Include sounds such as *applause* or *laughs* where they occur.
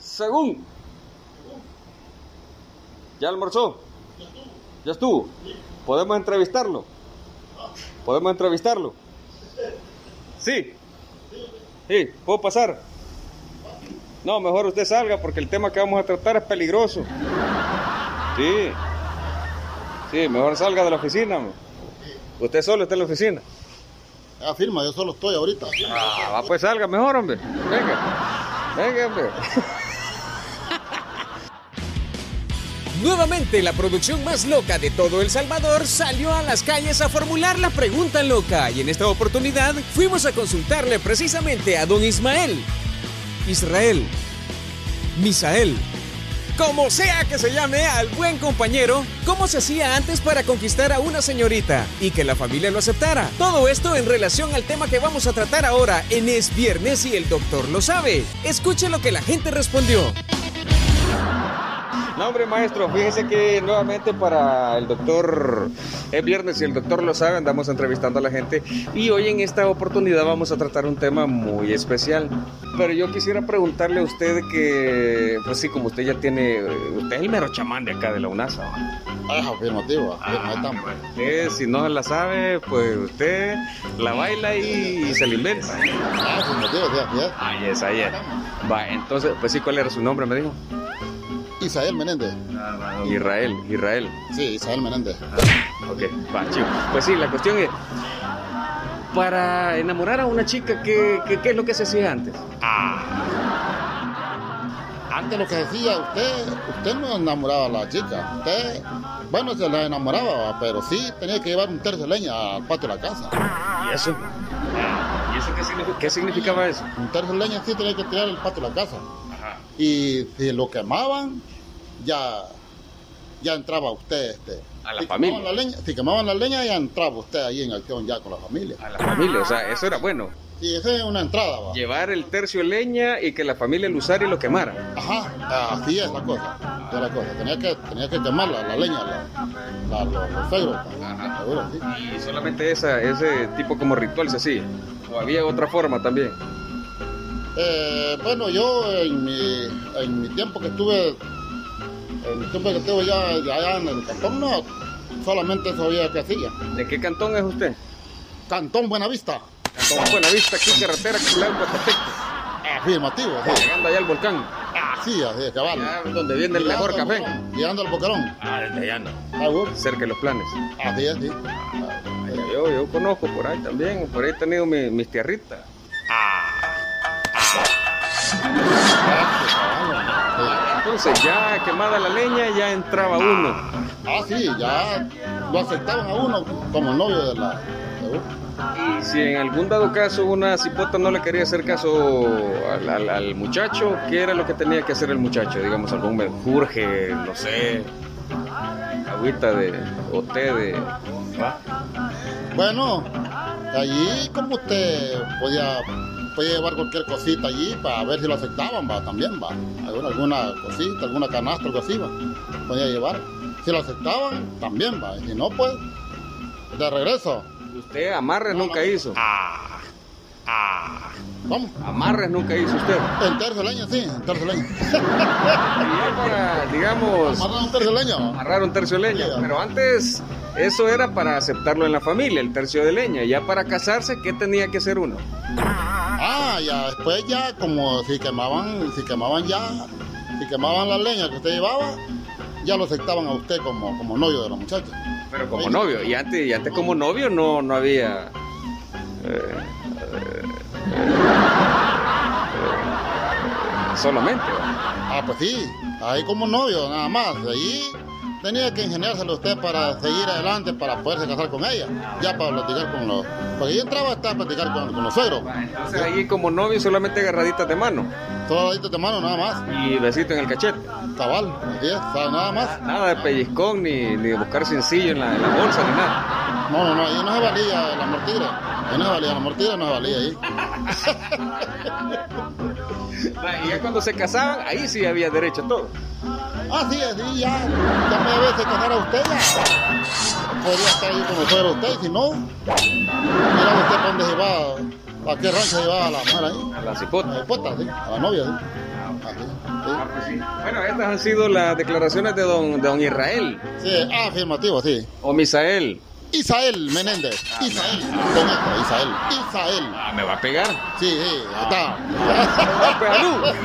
según. ¿Ya almorzó? ¿Ya estuvo? ¿Podemos entrevistarlo? ¿Podemos entrevistarlo? Sí. Sí, ¿puedo pasar? No, mejor usted salga porque el tema que vamos a tratar es peligroso. Sí. Sí, mejor salga de la oficina. hombre. Usted solo está en la oficina. Afirma, Ah, yo solo estoy ahorita. Ah, va, pues salga mejor, hombre. Venga. Venga, hombre. Nuevamente la producción más loca de todo El Salvador salió a las calles a formular la pregunta loca y en esta oportunidad fuimos a consultarle precisamente a don Ismael, Israel, Misael, como sea que se llame al buen compañero, cómo se hacía antes para conquistar a una señorita y que la familia lo aceptara. Todo esto en relación al tema que vamos a tratar ahora en Es Viernes y el Doctor lo sabe. Escuche lo que la gente respondió. No, hombre, maestro, fíjese que nuevamente para el doctor es viernes y el doctor lo sabe, andamos entrevistando a la gente y hoy en esta oportunidad vamos a tratar un tema muy especial. Pero yo quisiera preguntarle a usted que, pues sí, como usted ya tiene, usted es el mero chamán de acá de la UNASA. ¿va? Ah, afirmativo, afirma, Ah, ahí estamos. Usted, si no la sabe, pues usted la baila y se la inventa. Ah, afirmativo, sí, así es. Ahí es, ahí es. Va, entonces, pues sí, ¿cuál era su nombre? Me dijo. Isael Menéndez. Ah, Israel, Israel. Sí, Isael Menéndez. Ok, va, chivo. Pues sí, la cuestión es, para enamorar a una chica, ¿qué, qué, qué es lo que se hacía antes? Ah, Antes lo que decía usted, usted no enamoraba a la chica. Usted, bueno, se la enamoraba, pero sí tenía que llevar un tercio de leña al patio de la casa. ¿Y eso? ¿Y eso qué, signifi- qué significaba eso? Un tercio de leña sí tenía que tirar al patio de la casa. Y si lo quemaban, ya, ya entraba usted. Este. A la si familia. Quemaban la leña, si quemaban la leña, ya entraba usted ahí en acción ya con la familia. A la familia, o sea, eso era bueno. Y esa es una entrada, va. Llevar el tercio de leña y que la familia lo usara y lo quemara. Ajá, así es la cosa. así es la cosa. Tenía que, tenía que quemar la, la leña, la, la- los, los fegros, Ajá. seguro, sí. Y solamente esa, ese tipo como ritual se hacía. O había otra forma también. Eh, bueno, yo en mi, en mi tiempo que estuve, en mi tiempo que estuve ya, ya allá en el cantón, no, solamente sabía que hacía. ¿De qué cantón es usted? Cantón Buenavista, Cantón Buenavista, aquí carretera, Culalco, Coatepec, afirmativo, sí. llegando allá al volcán. Así, así, es, cabal. Allá donde viene el Llegando mejor al café. Boquerón, Llegando al boquerón. Ah, desde allá no. Ah, bueno, Cerca de los planes. Así es, sí. Yo, yo conozco por ahí también, por ahí he tenido mi- mis tierritas. Ah, Entonces ya quemada la leña, ya entraba uno. Ah, sí, ya lo aceptaban a uno como novio de la... de uno. Y si en algún dado caso una cipota no le quería hacer caso al, al- al muchacho, ¿qué era lo que tenía que hacer el muchacho? Digamos, algún menjurje, no sé, agüita de, o té de... ¿va? Bueno, allí como usted podía, podía llevar cualquier cosita allí para ver si lo aceptaban, va, también va. Alguna, alguna cosita, alguna canasta, algo así, va. Podía llevar. Si lo aceptaban, también va. Y si no, pues, de regreso. Ah, Usted amarres nunca hizo. Vamos. Amarres nunca hizo usted. ah. En tercer leño, sí, en tercer leño. Y ya para, digamos, Amarran un tercer leño. amarrar un tercio de leña. Pero antes eso era para aceptarlo en la familia, el tercio de leña. Ya para casarse, ¿qué tenía que hacer uno? Ah, ya, después ya, como si quemaban, si quemaban ya, si quemaban la leña que usted llevaba, ya lo aceptaban a usted como, como novio de la muchacha. Pero como novio. Y antes, y antes como novio no, no había... eh, eh, eh, solamente. ¿va? Ah, pues sí, ahí como novio, nada más. Ahí tenía que ingeniárselo usted para seguir adelante, para poderse casar con ella. Ya para platicar con los. Porque ahí entraba hasta a platicar con, con los suegros. Entonces ahí como novio solamente agarraditas de mano Todo ahí de mano, nada más. y besito en el cachete. Cabal, así es, ¿sabe? nada más. Nada de pellizcón ni, ni de buscar sencillo en la, en la bolsa ni nada. *laughs* No, no, no, ahí no se valía la mortira. Ahí no se valía la mortira, no se valía ahí. Y ya cuando se casaban, ahí sí había derecho a todo. Así es, Ah, sí, ya. Ya me veces casar a usted, ya. Podría estar ahí como suegro usted, si no. Mira usted para dónde se va. ¿A qué rancho llevaba la mujer ahí? A la cipota. A la esposa, sí, a la novia, sí. Aquí, Ah, pues sí. Bueno, estas han sido las declaraciones de don, don Israel sí. Sí, ah, afirmativo, sí. o Misael. Isael Menéndez. Isael. Con esto, Isael. Isael. Ah, me va a pegar. Sí, sí, ahí está. Ah, pues, alú.